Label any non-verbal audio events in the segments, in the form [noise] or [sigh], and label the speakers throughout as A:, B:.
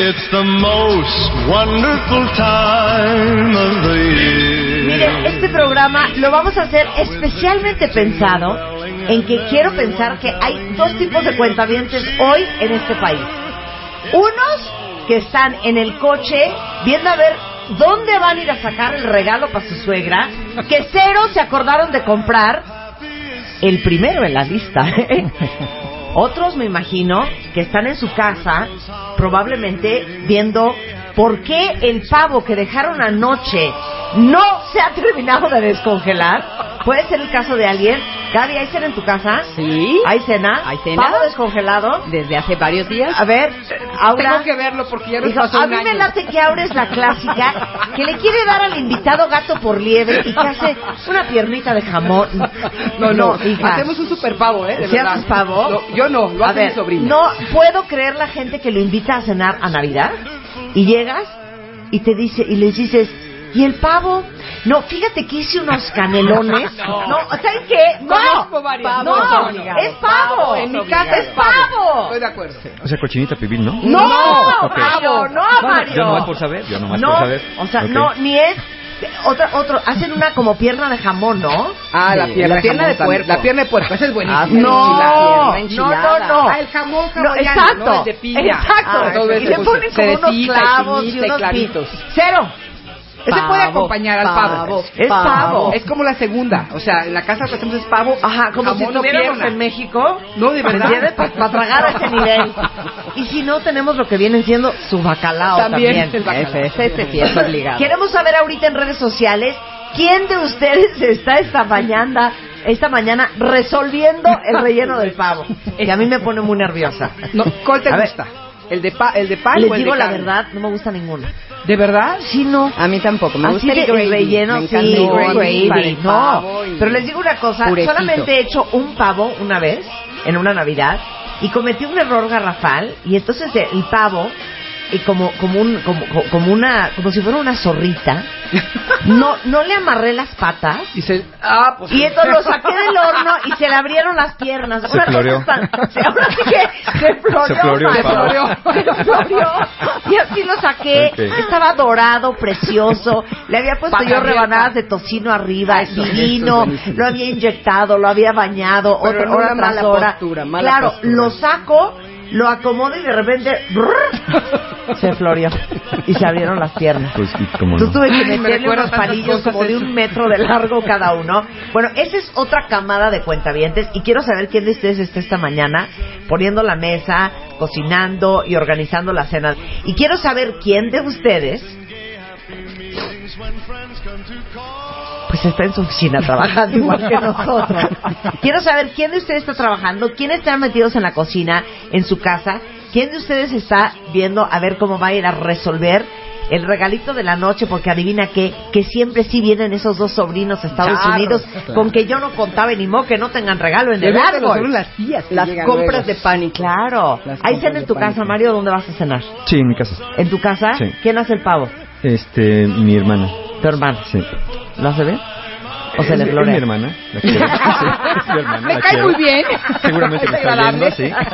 A: It's the most wonderful time of the year.
B: Mire, este programa lo vamos a hacer especialmente pensado en que quiero pensar que hay dos tipos de cuentavientes hoy en este país. Unos que están en el coche viendo a ver dónde van a ir a sacar el regalo para su suegra, que cero se acordaron de comprar el primero en la lista. ¿eh? Otros, me imagino, que están en su casa, probablemente viendo por qué el pavo que dejaron anoche no se ha terminado de descongelar. Puede ser el caso de alguien. Gaby, ¿hay cena en tu casa?
C: Sí.
B: ¿Hay cena?
C: ¿Hay cena?
B: ¿Pavo descongelado?
C: Desde hace varios días.
B: A ver,
C: Tengo
B: ahora...
C: que verlo porque ya nos
B: Dijo,
C: pasó
B: a
C: un
B: mí me
C: año.
B: late que ahora es la clásica que le quiere dar al invitado gato por liebre y que hace una piernita de jamón.
C: No, no,
B: hija.
C: hacemos un super pavo, ¿eh? De
B: ¿Sí
C: verdad.
B: haces pavo?
C: No, yo no, lo
B: A
C: hace
B: ver,
C: mi sobrino.
B: No puedo creer la gente que lo invita a cenar a Navidad y llegas y te dice y les dices y el pavo. No, fíjate que hice
D: [laughs]
B: unos canelones. No, ¿saben qué? No,
C: Conozco varios.
B: Pavo,
C: No,
B: no,
C: obligado.
B: es pavo.
C: En mi casa
B: es pavo.
C: Estoy de acuerdo.
D: O sea, cochinita pibil, ¿no?
B: No,
D: Ok.
B: Mario, no, Mario.
D: Yo nomás por saber, yo nomás
B: No,
D: por saber.
B: o sea,
D: Ok.
B: no, ni es otra, otro, hacen una como pierna de jamón, ¿no?
C: Ah, la pierna,
E: la pierna
C: jamón también.
E: de puerco.
C: La pierna de puerco, esa es buenísima.
E: Ah, pero
B: no,
E: enchilada,
B: no,
E: enchilada.
B: no, no.
C: Ah, el jamón
B: No,
C: hawaiano,
B: exacto,
C: ¿no? El de pilla.
B: exacto.
C: Ah, todo
B: y
C: eso,
B: le
C: pues,
B: ponen como unos
C: cerecita,
B: clavos y
C: chinita y
B: unos
C: clavitos.
B: pi- Cero.
C: Ese puede
E: Pavo,
C: acompañar al
E: pavo,
C: pavo.
B: Es pavo. pavo.
C: Es como la segunda. O sea, en la casa lo que hacemos es pavo.
B: Ajá, como
C: jamón
B: si
C: o
B: estuviéramos
C: pierna.
B: en México.
C: No, de verdad.
B: Para tragar a ese nivel. Y si no, tenemos lo que vienen siendo su bacalao
C: También,
B: también.
C: el bacalao.
B: Ese, ese sí [laughs]
E: es obligado.
B: Queremos saber ahorita en redes sociales quién de ustedes [laughs] está esta mañana, esta mañana resolviendo el relleno del [laughs] pavo. Que a mí me pone muy nerviosa.
C: No, ¿Cuál te
B: A ver.
C: gusta? ¿El de, pa el de pan
B: Les
C: o el
B: digo
C: de
B: la
C: carne?
B: verdad, no pues, me gusta ninguno.
C: ¿De verdad?
B: Sí, no.
E: A mí tampoco. Ah, Me
B: Así
E: gusta
B: de
E: el gravy.
B: el relleno,
E: me
B: sí,
E: encanta el
B: el
E: gravy, para el
B: gravy, no.
E: pavo y-
B: Pero les digo una cosa,
E: Purecito.
B: solamente he hecho un pavo una vez, en una Navidad, y cometí un error garrafal, y entonces el pavo, y como, como, un, como, como una, como si fuera una
E: [laughs]
B: zorrita, no, no le amarré las patas,
C: Y se- Ah, pues...
B: y entonces lo saqué
C: [laughs]
B: del horno y se le abrieron las piernas.
D: Se
B: cosa
D: floreó.
B: tan- se- ahora sí que se floreó.
D: Se floreó el
B: mano. [laughs]
D: pavo.
B: Se lo floreó. Y así lo saqué.
D: Ok.
B: Estaba dorado, precioso. Le había puesto
C: Pata
B: yo
C: abierta.
B: rebanadas de tocino arriba,
C: Eso,
B: divino.
C: eso es buenísimo.
B: lo había inyectado, lo había bañado,
E: Pero
B: otra,
E: en una
B: hora tras
E: mala
B: hora.
E: postura, mala
B: claro,
E: postura.
B: lo saco, lo acomodo y de repente brrr, [laughs] se floreó. Y se abrieron las piernas.
D: Pues, ¿y cómo
B: Tú
D: no?
B: tuve que
C: Ay, me
B: meterle
C: recuerda
B: unos
C: tantas
B: palillos
C: cosas
B: como de
C: eso.
B: un metro de largo cada uno. Bueno, esa es otra camada de cuentavientes y quiero saber quién de ustedes está esta mañana poniendo la mesa, cocinando y organizando la cena. Y quiero saber quién de ustedes pues está en su oficina trabajando igual que nosotros. Quiero saber quién de ustedes está trabajando, quién están metidos en la cocina, en su casa, quién de ustedes está viendo a ver cómo va a ir a resolver el regalito de la noche, porque adivina qué, que siempre sí vienen esos dos sobrinos a Estados
C: Claro,
B: Unidos con que yo no contaba y ni modo que no tengan regalo en el
C: Deben de los
B: árbol.
C: son las tías que
E: Las
C: llegan luego.
E: compras de pánico.
B: Claro.
C: Las
B: Ahí
C: compras
B: cena en
C: de
B: tu
C: pánico.
B: casa, Mario, ¿dónde vas a cenar?
D: Sí, en mi casa.
B: ¿En tu casa?
D: Sí.
B: ¿Quién hace el pavo?
D: Este, mi hermana.
B: Tu hermana.
D: Sí.
B: ¿Lo hace bien? O se
D: Es
B: le
D: mi-
B: florea.
D: Es mi hermana. La quiero.
F: [laughs]
D: Sí, es mi hermana.
E: Me
D: la
E: cae
D: quiero.
E: muy bien.
D: Seguramente
E: Es
D: me está
E: agradable.
D: viendo, sí.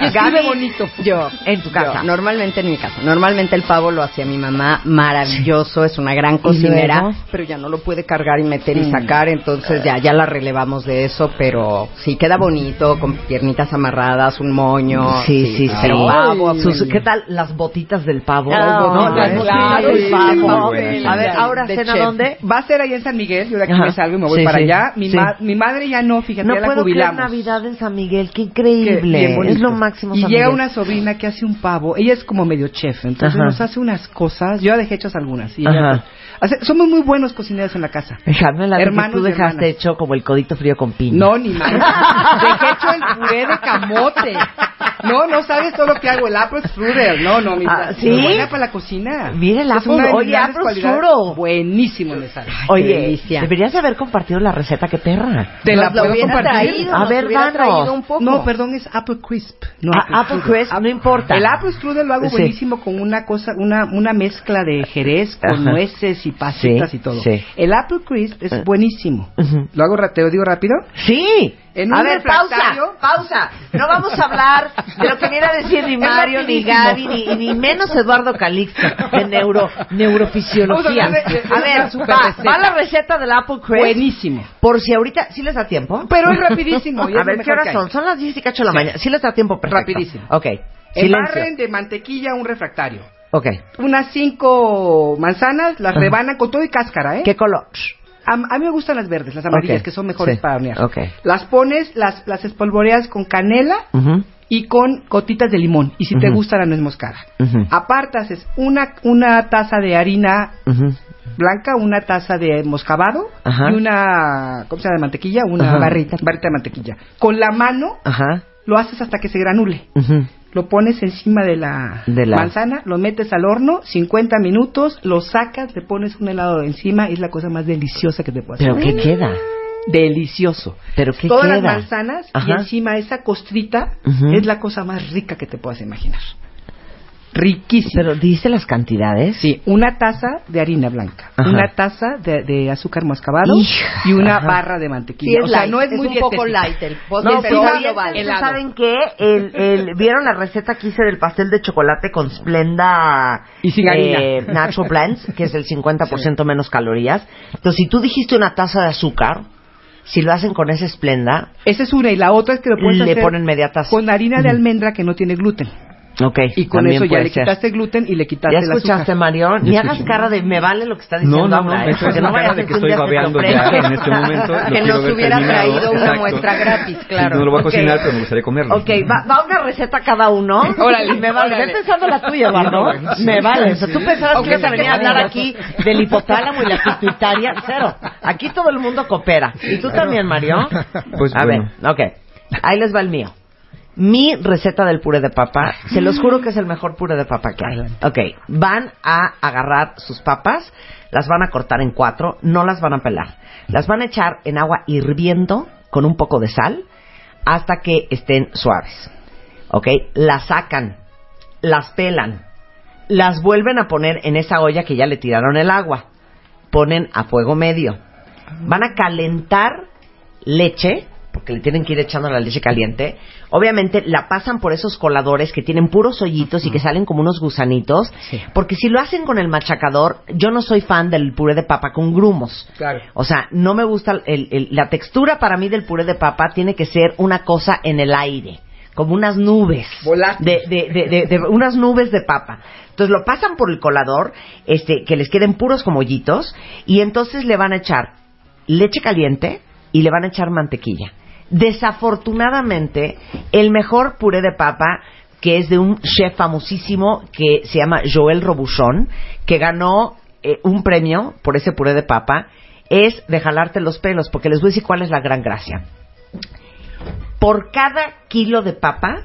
E: Y escribe
F: Gaby,
E: bonito.
F: Yo.
B: En tu casa.
F: yo, normalmente en mi casa. Normalmente el pavo lo hacía mi mamá, maravilloso, es una gran
B: luego?
F: cocinera, pero ya no lo puede cargar y meter y sacar, entonces ya, ya la relevamos de eso, pero sí queda bonito, con piernitas amarradas, un moño.
B: Sí, sí, sí.
F: Pero pavo,
B: Sus-
F: absolutamente.
B: ¿Qué tal las botitas del pavo?
F: No,
B: Ah, No,
F: las
B: botitas
F: claro,
B: del
F: sí,
B: pavo.
D: muy buenas.
B: A ver, ahora
C: de
B: cena
C: chef.
B: dónde?
C: Va a ser ahí en San Miguel, yo de aquí
B: Ajá.
C: me salgo y me voy
B: Sí,
C: para
B: sí,
C: allá. Mi,
B: sí.
C: ma- mi madre ya no, fíjate,
B: No
C: ya la
B: puedo creer
C: jubilamos.
B: Navidad en San Miguel, qué
C: Que- bien
B: increíble.
C: bonito.
B: Es lo máximo
C: Y
B: San
C: llega
B: Miguel.
C: una sobrina que hace un pavo. Ella es como medio chef, entonces
B: Ajá.
C: nos hace unas cosas. Yo ya dejé hechas algunas. y
B: Ajá.
C: ella hace- somos muy buenos cocineros en la casa.
B: Déjame la que
C: Hermanos
B: tú
C: y
B: dejaste
C: hermanas.
B: hecho como el codito frío con piña.
C: No, ni más. Dejé hecho el puré de camote. No, no sabes todo lo que hago. El apple strudel. No, no, mi
B: Ah, ¿sí?
C: muy buena para la cocina.
B: Mira el
C: Es
B: apple,
C: una de mis
B: oye,
C: grandes
B: apple
C: cualidades.
B: strudel.
C: Buenísimo me sale.
B: Oye,
F: delicia.
B: deberías de haber compartido la receta, que perra.
C: ¿Te la
F: Nos lo
C: puedo
F: hubiera
C: compartir?
F: traído,
B: A
F: nos
B: ver,
F: hubiera
B: danos.
F: traído un poco.
C: No, perdón, es apple crisp. No,
B: Ah, apple
C: strudel.
B: crisp, no importa.
C: El apple strudel lo hago
B: Sí.
C: buenísimo con una cosa, una, una mezcla de jerez con
B: Ajá.
C: nueces y pasitas
B: Sí,
C: y todo.
B: sí. Ah.
C: El apple crisp es buenísimo.
B: Ujú.
C: ¿Lo hago, ra- te lo digo rápido?
B: Sí.
C: En
B: a
C: un
B: ver, pausa,
C: refractario-
B: pausa. No vamos a hablar de lo que viene a decir ni
C: [laughs] Es
B: Mario, ni
C: rapidísimo.
B: Gaby, ni, ni menos Eduardo Calixto de neuro,
C: Vamos a
B: neurofisiología.
C: hablar de- de-
B: A ver,
C: de-
B: va,
C: receta.
B: va la receta del Apple Crisp.
C: Buenísimo.
B: Por si ahorita, ¿sí les da tiempo?
C: Pues, Pero
B: [laughs]
C: es rapidísimo. y es
B: a
C: lo
B: ver, ¿qué
C: mejor que
B: horas
C: hay.
B: son? Son las 10 y cacho de la mañana. ¿Sí les da tiempo? Perfecto.
C: Rapidísimo.
B: Ok. Silencio.
C: Embarren de mantequilla un refractario.
B: Ok.
C: Unas cinco manzanas, las
B: Ajá.
C: rebanan con todo y cáscara, ¿eh?
B: Ah. ¿Qué color?
C: A, a mí me gustan las verdes, las amarillas,
B: Ok,
C: que son mejores
B: sí,
C: para hornear.
B: ok.
C: Las pones, las, las espolvoreas con canela
B: Ujú,
C: y con gotitas de limón. Y si te
B: Ujú. Mm.
C: gusta la nuez moscada.
B: Ujú.
C: Ah. Apartas es una, una taza de harina
B: ujú.
C: blanca, una taza de moscabado
B: Ajá.
C: y una, ¿cómo se llama? De mantequilla, una
B: Ajá.
C: barrita, barrita de mantequilla. Con la mano
B: Ajá.
C: lo haces hasta que se granule.
B: ujú.
C: Lo pones encima de la,
B: De la-
C: manzana, lo metes al horno, 50 minutos, lo sacas, le pones un helado de encima y es la cosa más deliciosa que te puedes
B: ¿Pero qué queda?
C: Delicioso.
B: ¿Pero qué
C: Todas
B: queda?
C: las manzanas y
B: Ajá.
C: encima esa costrita
B: Ujú.
C: es la cosa más rica que te puedas imaginar. Riquísima.
B: ¿Pero dice las cantidades?
C: Sí, una taza de harina blanca,
B: Ajá.
C: una taza de, de azúcar mascabado
B: Hija,
C: y una
B: ajá.
C: barra de mantequilla.
F: Sí, es
C: o sea,
F: light,
C: no es,
F: es
C: muy
F: un poco
C: dietética.
F: light el postre,
C: no,
F: pero
C: sí,
F: bien,
C: lo vale.
F: helado.
B: pues ¿Saben qué? El, el, ¿Vieron la receta que hice del pastel de chocolate con Splenda
C: Y sin harina.
B: Natural Blends, que es
C: [laughs]
B: el 50% menos calorías? Entonces, si tú dijiste una taza de azúcar, si lo hacen con esa Splenda,
C: Esa es una y la otra es que lo puedes
B: le
C: hacer
B: ponen media taza.
C: con harina de almendra que no tiene gluten.
B: Ok,
C: Y con
B: también
C: eso ya
B: puede
C: le
B: ser.
C: quitaste gluten y le quitaste
B: ¿Ya
C: el
B: escuchaste,
C: azúcar.
B: Mario? Ni
D: Ya
B: hagas
D: escuché.
B: cara de me vale lo que está
D: No,
B: diciendo
D: no,
B: Laura,
D: no,
B: ¿eh?
D: eso es
B: Porque
D: una
B: no vaya
D: cara
B: a ser
D: de que
B: un
D: estoy
B: día se te
D: babeando ya
B: ofrezca.
D: en este momento. Lo
F: Que
D: quiero
F: nos
D: ver
F: hubiera
D: terminado,
F: traído una
D: exacto.
F: muestra gratis, claro.
D: No lo voy a
F: Ok.
D: cocinar, pero me gustaría comerlo.
B: Ok, va, va una receta cada
D: [laughs]
B: uno.
C: Órale,
B: Y me vale.
C: órale.
B: Ve pensando la tuya, Eduardo. me vale. O sea, tú pensabas que ibas a venir a hablar aquí del hipotálamo y la pituitaria. Cero. Aquí todo el mundo coopera. ¿Y tú también, Mario?
D: Pues
B: a
D: bueno.
B: ver, ok. Ahí les va el mío. Mi receta del puré de papa, se los juro que es el mejor puré de papa que hay. Ok, van a agarrar sus papas, las van a cortar en cuatro, no las van a pelar. Las van a echar en agua hirviendo con un poco de sal hasta que estén suaves. ¿ok? Las sacan, las pelan, las vuelven a poner en esa olla que ya le tiraron el agua, ponen a fuego medio, van a calentar leche, porque le tienen que ir echando la leche caliente, obviamente la pasan por esos coladores que tienen puros hoyitos y que salen como unos gusanitos, porque si lo hacen con el machacador, yo no soy fan del puré de papa con grumos.
C: Claro.
B: O sea, no me gusta el- el- la textura para mí del puré de papa tiene que ser una cosa en el aire, como unas nubes
C: Volátil.
B: de, de- de- de- de unas nubes de papa. Entonces lo pasan por el colador, este, que les queden puros como hoyitos, y entonces le van a echar leche caliente y le van a echar mantequilla. Desafortunadamente, el mejor puré de papa que es de un chef famosísimo que se llama Joel Robuchon, que ganó eh, un premio por ese puré de papa, es de jalarte los pelos, porque les voy a decir cuál es la gran gracia. Por cada kilo de papa,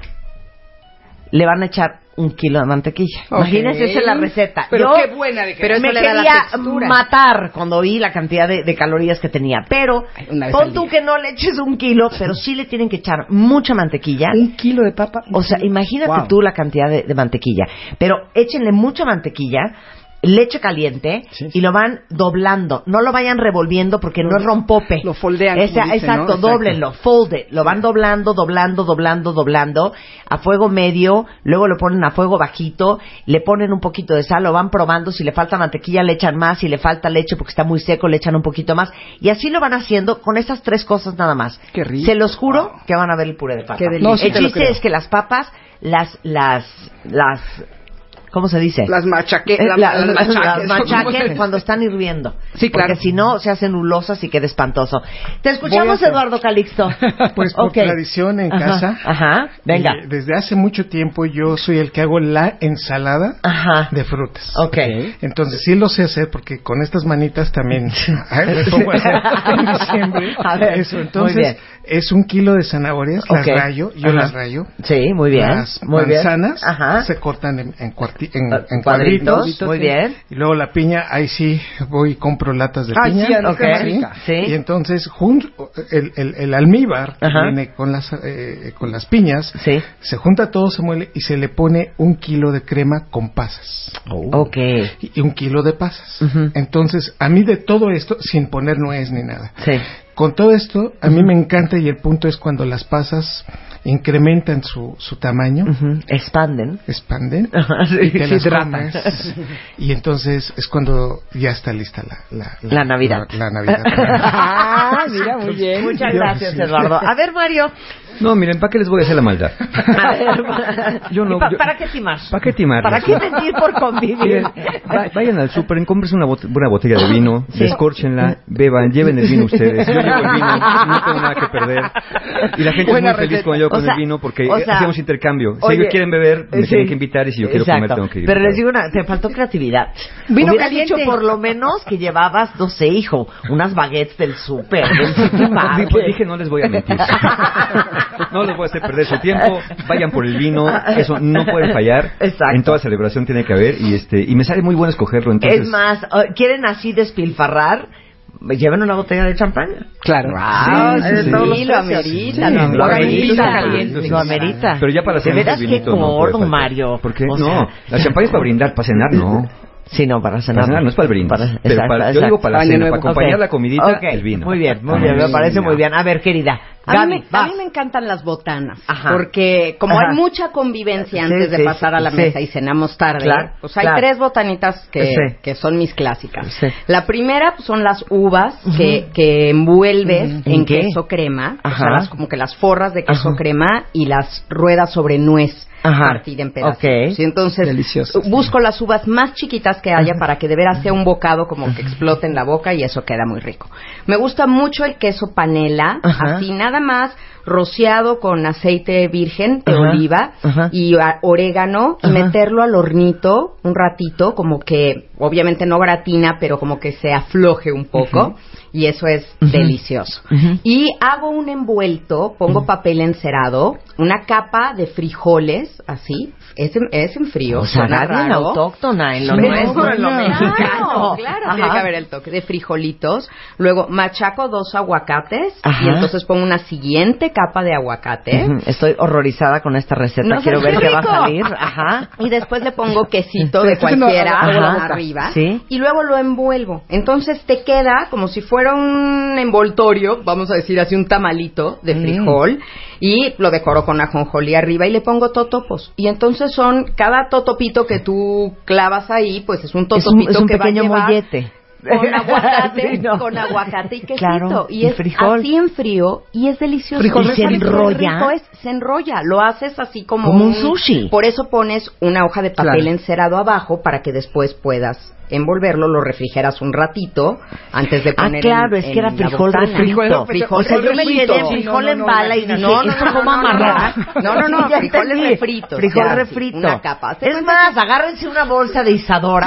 B: le van a echar un kilo de mantequilla.
C: Ok.
B: Imagínense, esa es la receta.
C: Pero
B: Yo-
C: qué buena de que
B: pero
C: es.
B: me
F: eso le da la
B: quería
F: textura.
B: matar cuando vi la cantidad de, de calorías que tenía. Pero
C: Ay, una vez
B: pon
C: al
B: tú
C: día.
B: que no le eches un kilo, pero sí le tienen que echar mucha mantequilla.
C: Un kilo de papa.
B: O sea, imagínate
C: Wow.
B: tú la cantidad de, de mantequilla. Pero échenle mucha mantequilla leche caliente
D: Sí.
B: y lo van doblando. No lo vayan revolviendo porque no es rompope.
G: Lo foldean, como
B: Esa-
G: dicen, ¿no?
B: exacto,
G: Exacto.
B: doblenlo, folde. Lo van doblando, doblando, doblando, doblando. A fuego medio, luego lo ponen a fuego bajito, le ponen un poquito de sal, lo van probando. Si le falta mantequilla, le echan más. Si le falta leche porque está muy seco, le echan un poquito más. Y así lo van haciendo con esas tres cosas nada más.
G: Qué rico.
B: Se los juro que van a ver el puré de papa.
G: Qué delicia. No, sí
B: el
G: te lo
B: chiste
G: creo.
B: es que las papas, las, las, las, ¿cómo se dice?
G: Las machaque,
B: Eh,
G: la-
B: la-
G: las
B: las-
G: machaques.
B: las machaquen cuando están hirviendo.
G: Sí, claro.
B: Porque si no, se hacen ulosas y queda espantoso. Te
E: Voy a
B: escuchamos,
E: hacer-
B: Eduardo Calixto.
E: [laughs] [laughs] Pues por
B: Ok.
E: tradición en
B: Ajá,
E: casa.
B: Ajá, venga.
E: eh, desde hace mucho tiempo yo soy el que hago la ensalada
B: Ajá.
E: de frutas.
B: Ok.
E: Entonces sí lo sé hacer porque con estas manitas también
B: [laughs]
E: ay, me pongo a hacer en diciembre.
B: A ver,
E: Eso,
B: muy bien.
E: entonces es un kilo de zanahorias, las
B: Ok.
E: rayo, yo
B: Ajá.
E: las rayo.
B: Sí, muy bien.
E: Las
B: muy bien.
E: manzanas
B: Ajá.
E: se cortan en, en, cuarti- en-
B: Eh,
E: en
B: cuadritos,
E: cuadritos.
B: muy
E: sí.
B: bien.
E: Y luego la piña, ahí sí voy y compro latas de
B: Ah,
G: Ay,
E: piña.
G: sí, anda,
B: qué más rica. Sí.
E: Y entonces jun- el, el, el almíbar que
B: Ajá.
E: viene con las, eh, con las piñas.
B: Sí.
E: Se junta todo, se muele y se le pone un kilo de crema con pasas.
B: Ok.
E: Y y un kilo de pasas.
B: Ujú.
E: Entonces, a mí de todo esto, sin poner nuez ni nada.
B: Sí.
E: Con todo esto, a mí me encanta y el punto es cuando las pasas incrementan su, su tamaño,
B: Ujú. Expanden. [laughs]
E: expanden
B: Ajá, sí,
E: y te
B: se
E: las
B: hidratan.
E: comes.
B: [laughs]
E: Y entonces es cuando ya está lista la, la,
B: La Navidad.
E: La,
B: [laughs]
E: la Navidad.
G: Ah, mira, muy bien.
B: Muchas gracias, Eduardo. A ver, Mario.
D: No, miren, ¿para qué les voy a hacer la maldad?
B: A [laughs] ver.
D: Yo no,
B: ¿Y pa-
D: yo-
B: ¿Para qué timar?
D: ¿Para qué timarlas?
B: ¿Para qué mentir por convivir?
D: Miren, va- vayan al súper, cómprense una bot- buena botella de vino,
B: Sí.
D: descórchenla, beban, lleven el vino ustedes. Yo llevo el vino, no tengo nada que perder. Y la gente
G: Buena
D: es muy feliz
G: receta.
D: cuando yo con
B: O sea,
D: el vino porque
B: o sea,
D: hacemos intercambio. Si
B: oye,
D: ellos quieren beber, me
B: sí.
D: tienen que invitar y si yo quiero
B: Exacto.
D: comer, tengo que ir.
B: Pero
D: [laughs]
B: les digo una, te faltó creatividad.
G: Vino
B: Hubieras
G: caliente.
B: dicho por lo menos que llevabas, no sé, hijo, unas baguettes del súper,
D: [laughs]
B: del City
D: No, di-
B: Market.
D: pues dije, no les voy
B: [laughs]
D: a mentir. No les voy a hacer perder su tiempo. Vayan por el vino. Eso no puede fallar.
B: Exacto.
D: En toda celebración tiene que haber. Y este y me sale muy bueno escogerlo. Entonces,
B: Es más, eh, ¿quieren así despilfarrar? Lleven una botella de champaña.
G: Claro.
B: Wow,
D: Ah, Sí, sí, sí.
B: sí, lo
D: Sí,
B: amerita, lo
D: lo
B: amerita.
D: amerita.
B: caliente, Lo amerita.
D: Pero ya para
B: De
D: cenar
B: veras
D: el
B: que
D: vinito no puede
B: gordo,
D: faltar.
B: Mario.
D: ¿Por qué?
B: O
D: no,
B: sea-
D: la champaña es para brindar, para cenar
B: [laughs]
D: no.
B: Sí, no, para cenar.
D: Para cenar no es para el brindis. pero para- yo digo para la
G: Año
D: cena,
G: nuevo.
D: para acompañar
B: Ok.
D: la comidita,
B: Ok,
D: el vino.
B: Muy bien, muy bien, me parece muy bien. A ver, querida,
C: A mí,
B: Gaby,
C: me,
B: va.
C: a mí me encantan las botanas,
B: Ajá.
C: porque como
B: Ajá.
C: hay mucha convivencia
B: Sí,
C: antes
B: sí,
C: de pasar a la
B: sí.
C: mesa y cenamos tarde,
B: Claro,
C: pues hay
B: claro.
C: tres botanitas que,
B: Sí.
C: que son mis clásicas.
B: Sí.
C: La primera pues, son las uvas
B: Ujú.
C: que, que envuelves
B: Ujú. ¿En
C: en
B: qué?
C: queso crema, o
B: Ajá.
C: sea, las- como que las forras de queso
B: Ajá.
C: crema y las ruedas sobre nuez.
B: Ajá.
C: partida en pedazos.
B: Ok.
C: Y entonces
D: Deliciosas.
C: busco las uvas más chiquitas que haya
B: Ajá.
C: para que de veras sea un bocado como que explote en la boca y eso queda muy rico. Me gusta mucho el queso panela,
B: Ajá.
C: así nada más rociado con aceite virgen de
B: Ajá,
C: oliva
B: ajá.
C: y a- orégano y
B: Ajá.
C: meterlo al hornito un ratito como que obviamente no gratina pero como que se afloje un poco y eso es
B: Ujú.
C: delicioso
B: Ujú.
C: y hago un envuelto pongo
B: Mm.
C: papel encerado una capa de frijoles así es en, es en frío
B: O sea,
C: suena
B: Gaby en
C: raro.
B: autóctona, en lo
C: Pero
B: nuestro, en lo
C: claro,
B: mexicano.
C: Claro,
B: Ajá.
C: tiene que haber el toque de frijolitos. Luego machaco dos aguacates
B: Ajá.
C: y entonces pongo una siguiente capa de aguacate.
B: Ujú, Estoy horrorizada con esta receta.
C: ¿eh? No sé,
B: Quiero ver
C: qué
B: qué va a
C: rico.
B: salir. Ajá.
C: Y después le pongo quesito
G: Estoy
C: de
G: haciendo
C: cualquiera
G: agua-
B: agua a la boca.
C: arriba
B: Sí.
C: y luego lo envuelvo. Entonces te queda como si fuera un envoltorio, vamos a decir así, un tamalito de
B: Mm.
C: frijol y lo decoro con ajonjolí arriba y le pongo totopos. Y entonces son, cada totopito que tú clavas ahí, pues es un
B: Es un,
C: totopito
B: es un
C: que
B: pequeño
C: va a llevar
B: mollete. [laughs]
C: con aguacate,
B: Sí, no.
C: con aguacate y quesito.
B: Claro,
C: y
B: y
C: es
B: frijol.
C: así en frío y es delicioso.
B: Frijol
C: Y
B: se
C: sabe
B: enrolla.
C: rico es- se enrolla, lo haces así como,
B: Como un sushi.
C: Por eso pones una hoja de papel
B: Claro.
C: encerado abajo para que después puedas envolverlo, lo refrigeras un ratito antes de
B: Ah,
C: poner en-
B: claro, es
C: en
B: que era
C: la
B: frijol
C: botana.
B: refrito.
C: Frijol
B: O sea, yo me
C: refrito.
B: quedé frijol
G: No, no,
B: en
G: no,
B: bala y dije,
C: No, no,
B: ¿esto
C: no,
B: cómo
C: no, no,
B: amarrar?
C: no, no, no,
B: Ya
C: frijoles
B: entendí.
C: refritos,
B: Frijol
C: o sea,
B: refrito.
C: una capa. ¿Te
B: Es
C: cuenta
B: más, agárrense una bolsa de Isadora.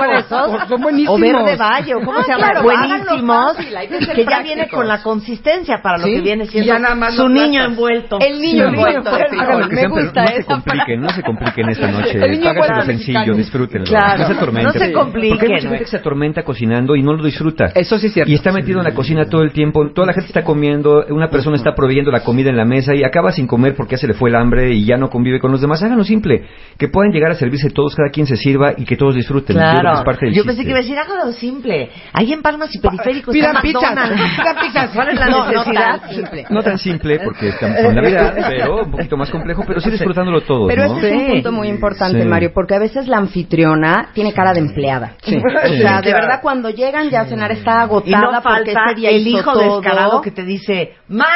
G: Claro,
B: ¿o cómo se llaman esos?
G: por- son buenísimos.
B: O Verde Valle, o cómo
C: Ah,
B: se llaman.
C: claro,
B: buenísimos.
C: háganlo fácil, hay que ser
B: que ya viene
C: prácticos.
B: con la consistencia para lo
G: Sí,
B: que viene
G: y
B: siendo
G: ya nada más
B: su
G: los
B: niño
G: aplastas.
B: envuelto.
C: El niño
B: Sí,
H: pues,
C: envuelto de frijol.
D: Hagan lo que
C: Me
D: sean, pero
C: gusta
D: no se
C: esa
D: compliquen, no se compliquen esta noche.
G: El niño
D: Háganse
G: bueno
D: lo sencillo,
G: mexicano.
D: disfrútenlo.
B: Claro.
D: No se tormenten.
B: No se compliquen,
D: Porque hay mucha gente
B: güey.
D: que se atormenta cocinando y no lo disfruta.
E: Eso sí es cierto.
D: Y está metido en la cocina todo el tiempo, toda la gente está comiendo, una persona está proveyendo la comida en la mesa y acaba sin comer porque ya se le fue el hambre y ya no convive con los demás. Háganlo simple, que puedan llegar a servirse todos, cada quien se sirva y que todos disfruten. Yo creo que
B: Claro.
D: es parte del
B: Yo pensé
D: chiste.
B: que iba a decir algo simple. Ahí en Palmas y Periféricos
E: Pidan
B: está
E: pizzas.
B: McDonald's.
E: Pidan pizzas.
B: ¿Cuál es la
E: No, no tan
B: necesidad?
E: simple.
D: No tan simple porque estamos en Navidad, pero un poquito más complejo, pero sí disfrutándolo todo.
H: Pero
D: ¿no?
H: ese es un
B: Sí.
H: punto muy importante,
D: Sí.
H: Mario, porque a veces la anfitriona tiene cara de empleada. O sea, de verdad cuando llegan ya a cenar está
B: Y no
H: agotada porque
B: falta
H: ese día
B: el
H: hizo
B: hijo
H: todo.
B: descarado que te dice, ma,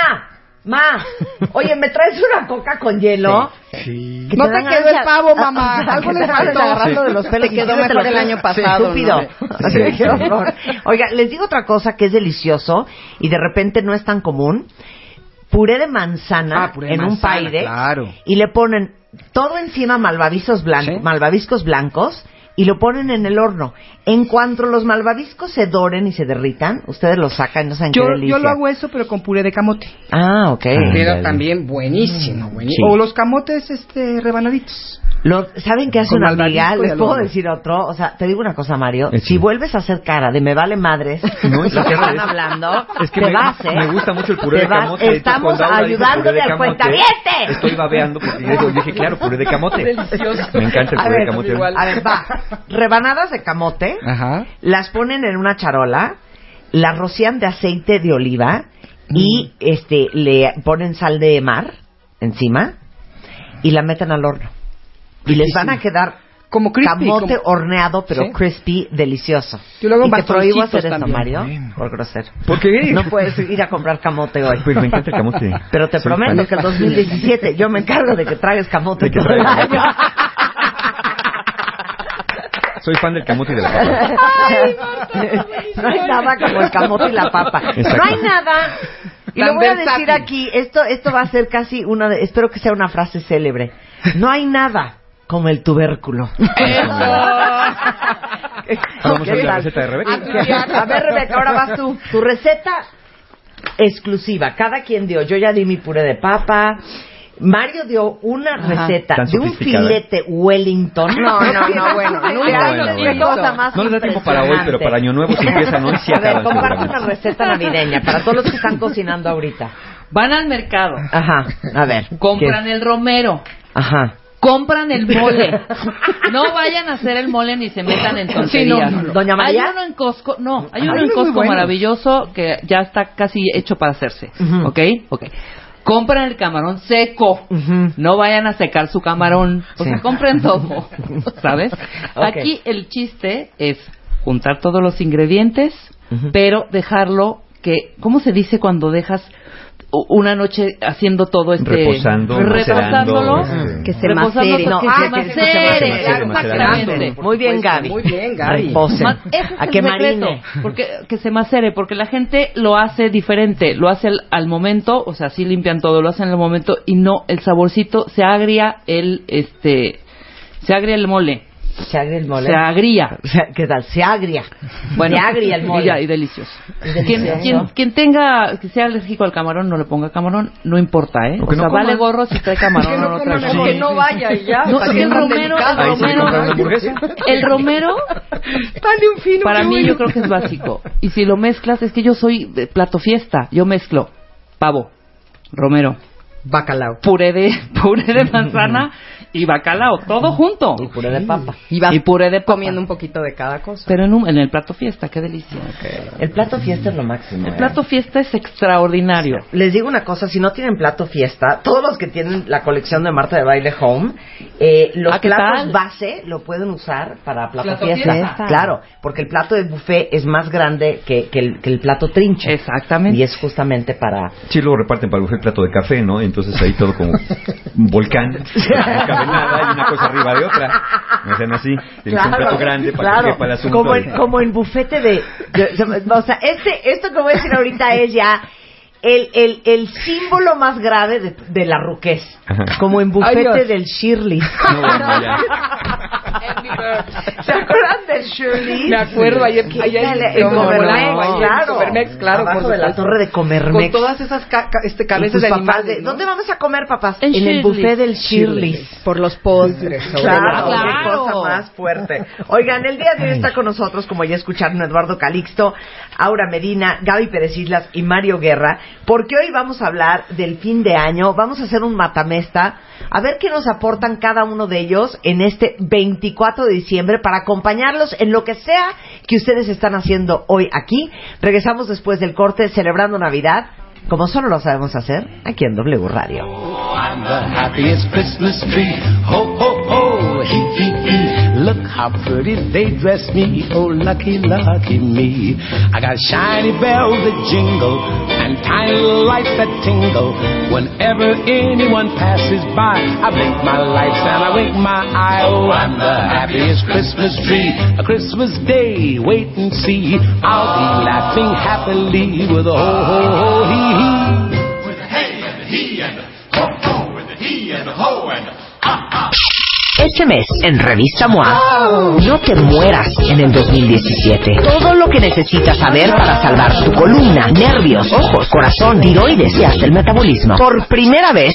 B: ma, oye, ¿me traes una coca con hielo?
I: Sí.
B: Que
E: No
B: dan
E: te quedó el
B: ansias.
E: pavo, mamá.
B: O sea,
E: Algo
B: que te
E: le
B: andas
E: faltó.
B: agarrando
E: Sí.
B: de los pelos
H: Te
B: y
H: quedó
B: no
H: mejor
B: te lo
H: el año
B: crees.
H: pasado,
B: Estúpido.
H: ¿no?
B: Así
D: Sí.
B: que, qué horror. Oiga, les digo otra cosa que es delicioso y de repente no es tan común. Puré de manzana
E: Ah, puré de
B: en un
E: manzana,
B: paide
E: claro.
B: y le ponen todo encima malvaviscos blancos,
E: Sí.
B: malvaviscos blancos y lo ponen en el horno. En cuanto los malvaviscos se doren y se derritan, ustedes los sacan, no saben
E: Yo,
B: qué
E: yo
B: delicia.
E: lo hago eso, pero con puré de camote.
B: Ah, ok.
E: Queda también buenísimo, buenísimo. O los camotes este, rebanaditos.
B: Lo- ¿Saben qué hace
E: Con
B: una
E: malvavisco
B: amiga?
E: y
B: Les
E: al
B: puedo
E: horno.
B: decir otro. O sea, te digo una cosa, Mario.
D: Eh,
B: Si
D: sí.
B: vuelves a hacer cara de me vale
D: [laughs]
B: madres,
D: No,
B: lo
D: es la
B: que
D: cara
B: están
D: de-
B: hablando,
D: Es que
B: te
D: me,
B: vas, ¿eh?
D: me gusta mucho el puré
B: Te
D: de
B: vas.
D: camote. De hecho,
B: Estamos
D: cuando Aura dijo puré
B: ayudándole
D: de
B: al
D: camote,
B: cuentaviente.
D: Estoy babeando porque yo dije, claro, puré
B: [laughs]
D: de camote. Me encanta el
B: A
D: puré de
B: ver,
D: camote.
B: a ver, va.
D: [laughs]
B: Rebanadas de camote,
I: Ajá.
B: las ponen en una charola, las rocían de aceite de oliva
E: Mm.
B: y este le ponen sal de mar encima y la meten al horno. Y les van a quedar
E: Como crispy.
B: camote
E: como-
B: horneado, pero
E: Sí.
B: crispy, delicioso.
E: Yo lo hago
B: y
E: en
B: te prohíbo
E: bastoncitos
B: hacer eso,
E: también.
B: Mario,
I: Bueno.
B: por grosero.
D: ¿Por
B: [laughs]
D: qué?
B: No puedes ir a comprar camote hoy.
D: Pues me encanta el camote.
B: Pero te
D: Soy
B: prometo
D: fan.
B: que el 2017 yo me encargo de que traigas camote
D: De que
B: todo el
D: traigas.
B: año.
D: Soy fan del camote y de la papa.
B: no hay nada como el camote y la papa.
D: Exacto.
B: No hay nada. Y
E: Tan
B: lo voy a
E: versátil.
B: decir aquí, esto, esto va a ser casi una, de- espero que sea una frase célebre. No hay nada como el tubérculo.
D: Vamos a
B: ¿Qué
D: ver la
B: tal?
D: receta de Rebeca.
B: A ver, Rebeca, ahora vas tú. Tu receta exclusiva. Cada quien dio. Yo ya di mi puré de papa. Mario dio una receta
D: Tan
B: de un
D: sofisticada.
B: filete Wellington. No, no, no,
E: bueno,
B: Te
E: nunca.
B: hago
D: Bueno,
B: una
D: bueno.
B: cosa más
D: No les da tiempo para hoy,
B: impresionante.
D: pero para Año Nuevo si
B: [laughs]
D: empiezan hoy, sí
B: A ver,
D: acaban
B: comparte
D: seguramente.
B: una receta navideña para todos los que están cocinando ahorita.
C: Van al mercado,
E: Ah,
B: Ajá, a ver.
C: compran
B: ¿qué?
C: el romero,
B: Ajá.
C: compran el
B: [laughs]
C: mole. No vayan a hacer el mole ni se metan en tonterías.
B: no, no. Doña María.
C: Hay uno en Costco, no,
B: Ajá.
C: hay uno
B: Hay
C: en
B: uno muy
C: Costco
B: bueno.
C: maravilloso que ya está casi hecho para hacerse,
B: Ujú.
C: ¿ok? Ok. Compran el camarón seco.
B: Ujú.
C: No vayan a secar su camarón. O
B: Sí.
C: sea,
B: [laughs]
C: compren todo, ¿sabes?
B: Ok.
C: Aquí el chiste es juntar todos los ingredientes,
B: Ujú.
C: pero dejarlo que, ¿cómo se dice cuando dejas u- una noche haciendo todo este...
D: Reposando,
C: reposándolo?
D: macerando,
B: Mm.
H: Que se
C: Reposando
H: macere.
C: todo,
B: No,
C: que
B: ah,
C: se
B: que se- que se
C: macere,
D: macere, macere,
C: exactamente.
B: Muy bien, Gaby.
E: Muy bien, Gaby.
B: Reposen.
C: Ma- ese es
B: A
C: el
B: que
C: secreto,
B: marine.
C: porque que se macere, porque la gente lo hace diferente, lo hace al, al momento, o sea, sí limpian todo, lo hacen al momento y no el saborcito se agria el este se agria el mole,
B: Se agria el mole.
C: se agria.
B: [laughs] O sea, ¿Qué tal? Se agria. se agria el mole.
C: Y, ya, y delicioso.
B: Y delicioso.
C: Quien, quien- quien tenga, que sea alérgico al camarón, no le ponga camarón, no importa, ¿eh? O
D: Porque no
C: sea,
D: coma.
C: vale gorro si trae camarón
E: Que
C: o
E: no
C: no
E: coma,
C: trae camarón.
E: que no
H: vaya y ya.
C: No,
H: para
C: es que
H: que
C: el
H: no
C: romero,
H: anden
C: el
D: Ahí se compran una
C: romero,
D: hamburguesa.
C: el romero
E: Dale un fino.
C: Para
E: qué
C: mí
E: bueno.
C: yo creo que es básico. Y si lo mezclas, es que yo soy de plato fiesta. Yo mezclo pavo, romero,
H: Bacalao.
C: puré de, [laughs] puré de manzana y bacalao, todo junto.
B: Y puré de papa.
H: Y vas
C: Y puré de papa.
H: comiendo un poquito de cada cosa.
C: Pero en, un- en el plato fiesta, qué delicia.
B: El plato fiesta es lo máximo.
C: El
B: ¿eh?
C: plato fiesta es extraordinario.
B: Les digo una cosa, si no tienen plato fiesta, todos los que tienen la colección de Marta de Baile Home, eh, los
C: Ah, ¿qué
B: platos
C: tal?
B: base lo pueden usar para plato,
C: Plato
B: fiesta.
C: fiesta.
B: Claro, porque el plato de buffet es más grande que, que el, que el plato trinche.
C: Exactamente.
B: Y es justamente para...
D: Sí, luego reparten para el buffet plato de café, ¿no? Entonces ahí todo como un
B: [laughs]
D: volcán, no cabe nada, y una cosa arriba de otra. No sean así, tienen un plato grande para que
B: claro.
D: quepa el asunto.
B: Como,
D: y-
B: en, como en bufete de... de- o sea, este, esto que voy a decir ahorita es ya... El, el, el símbolo más grave de, de la ruquez.
D: Ajá.
B: Como en
E: Ay,
B: bufete
E: Dios.
B: del Shirley. [laughs]
D: No, bueno, ya.
C: En mi
B: ¿Se acuerdan del Shirley?
C: Me acuerdo ayer
B: ¿Qué
C: ayer
B: tal?
C: en
B: En Comermex,
C: Comermex,
B: claro.
C: en Comermex, claro,
B: Abajo
C: por
B: de la
C: supuesto.
B: torre de Comermex.
C: Con todas esas ca- ca- este,
B: Y
C: cabezas
B: tus
C: de
B: papás
C: animales.
B: de,
C: ¿no?
B: ¿Dónde vamos a comer, papás?
J: En
B: el
J: Shirley's.
B: buffet del Shirley's.
C: Shirley's.
E: Por los postres. sobre
B: Claro,
E: la-
J: Claro.
B: qué cosa más fuerte. Oigan, el día de hoy está con nosotros, como ya escucharon, Eduardo Calixto, Aura Medina, Gaby Pérez Islas y Mario Guerra, porque hoy vamos a hablar del fin de año, vamos a hacer un matamesta, a ver qué nos aportan cada uno de ellos en este 24 de diciembre para acompañarlos en lo que sea que ustedes están haciendo hoy aquí. Regresamos después del corte celebrando Navidad, como solo lo sabemos hacer aquí en W Radio.
K: I'm the happiest Christmas tree. Ho, ho, ho, hee, hee, hee. Look how pretty they dress me. Oh, lucky, lucky me. I got shiny bells that jingle and tiny little lights that tingle. Whenever anyone passes by, I blink my lights and I wink my eye. Oh, I'm the happiest Christmas tree. A Christmas day, wait and see. I'll be laughing happily with a ho, ho, ho, hee, hee.
B: Este mes, en Revista MOA, no te mueras en el 2017. Todo lo que necesitas saber para salvar tu columna, nervios, ojos, corazón, tiroides y hasta el metabolismo. Por primera vez,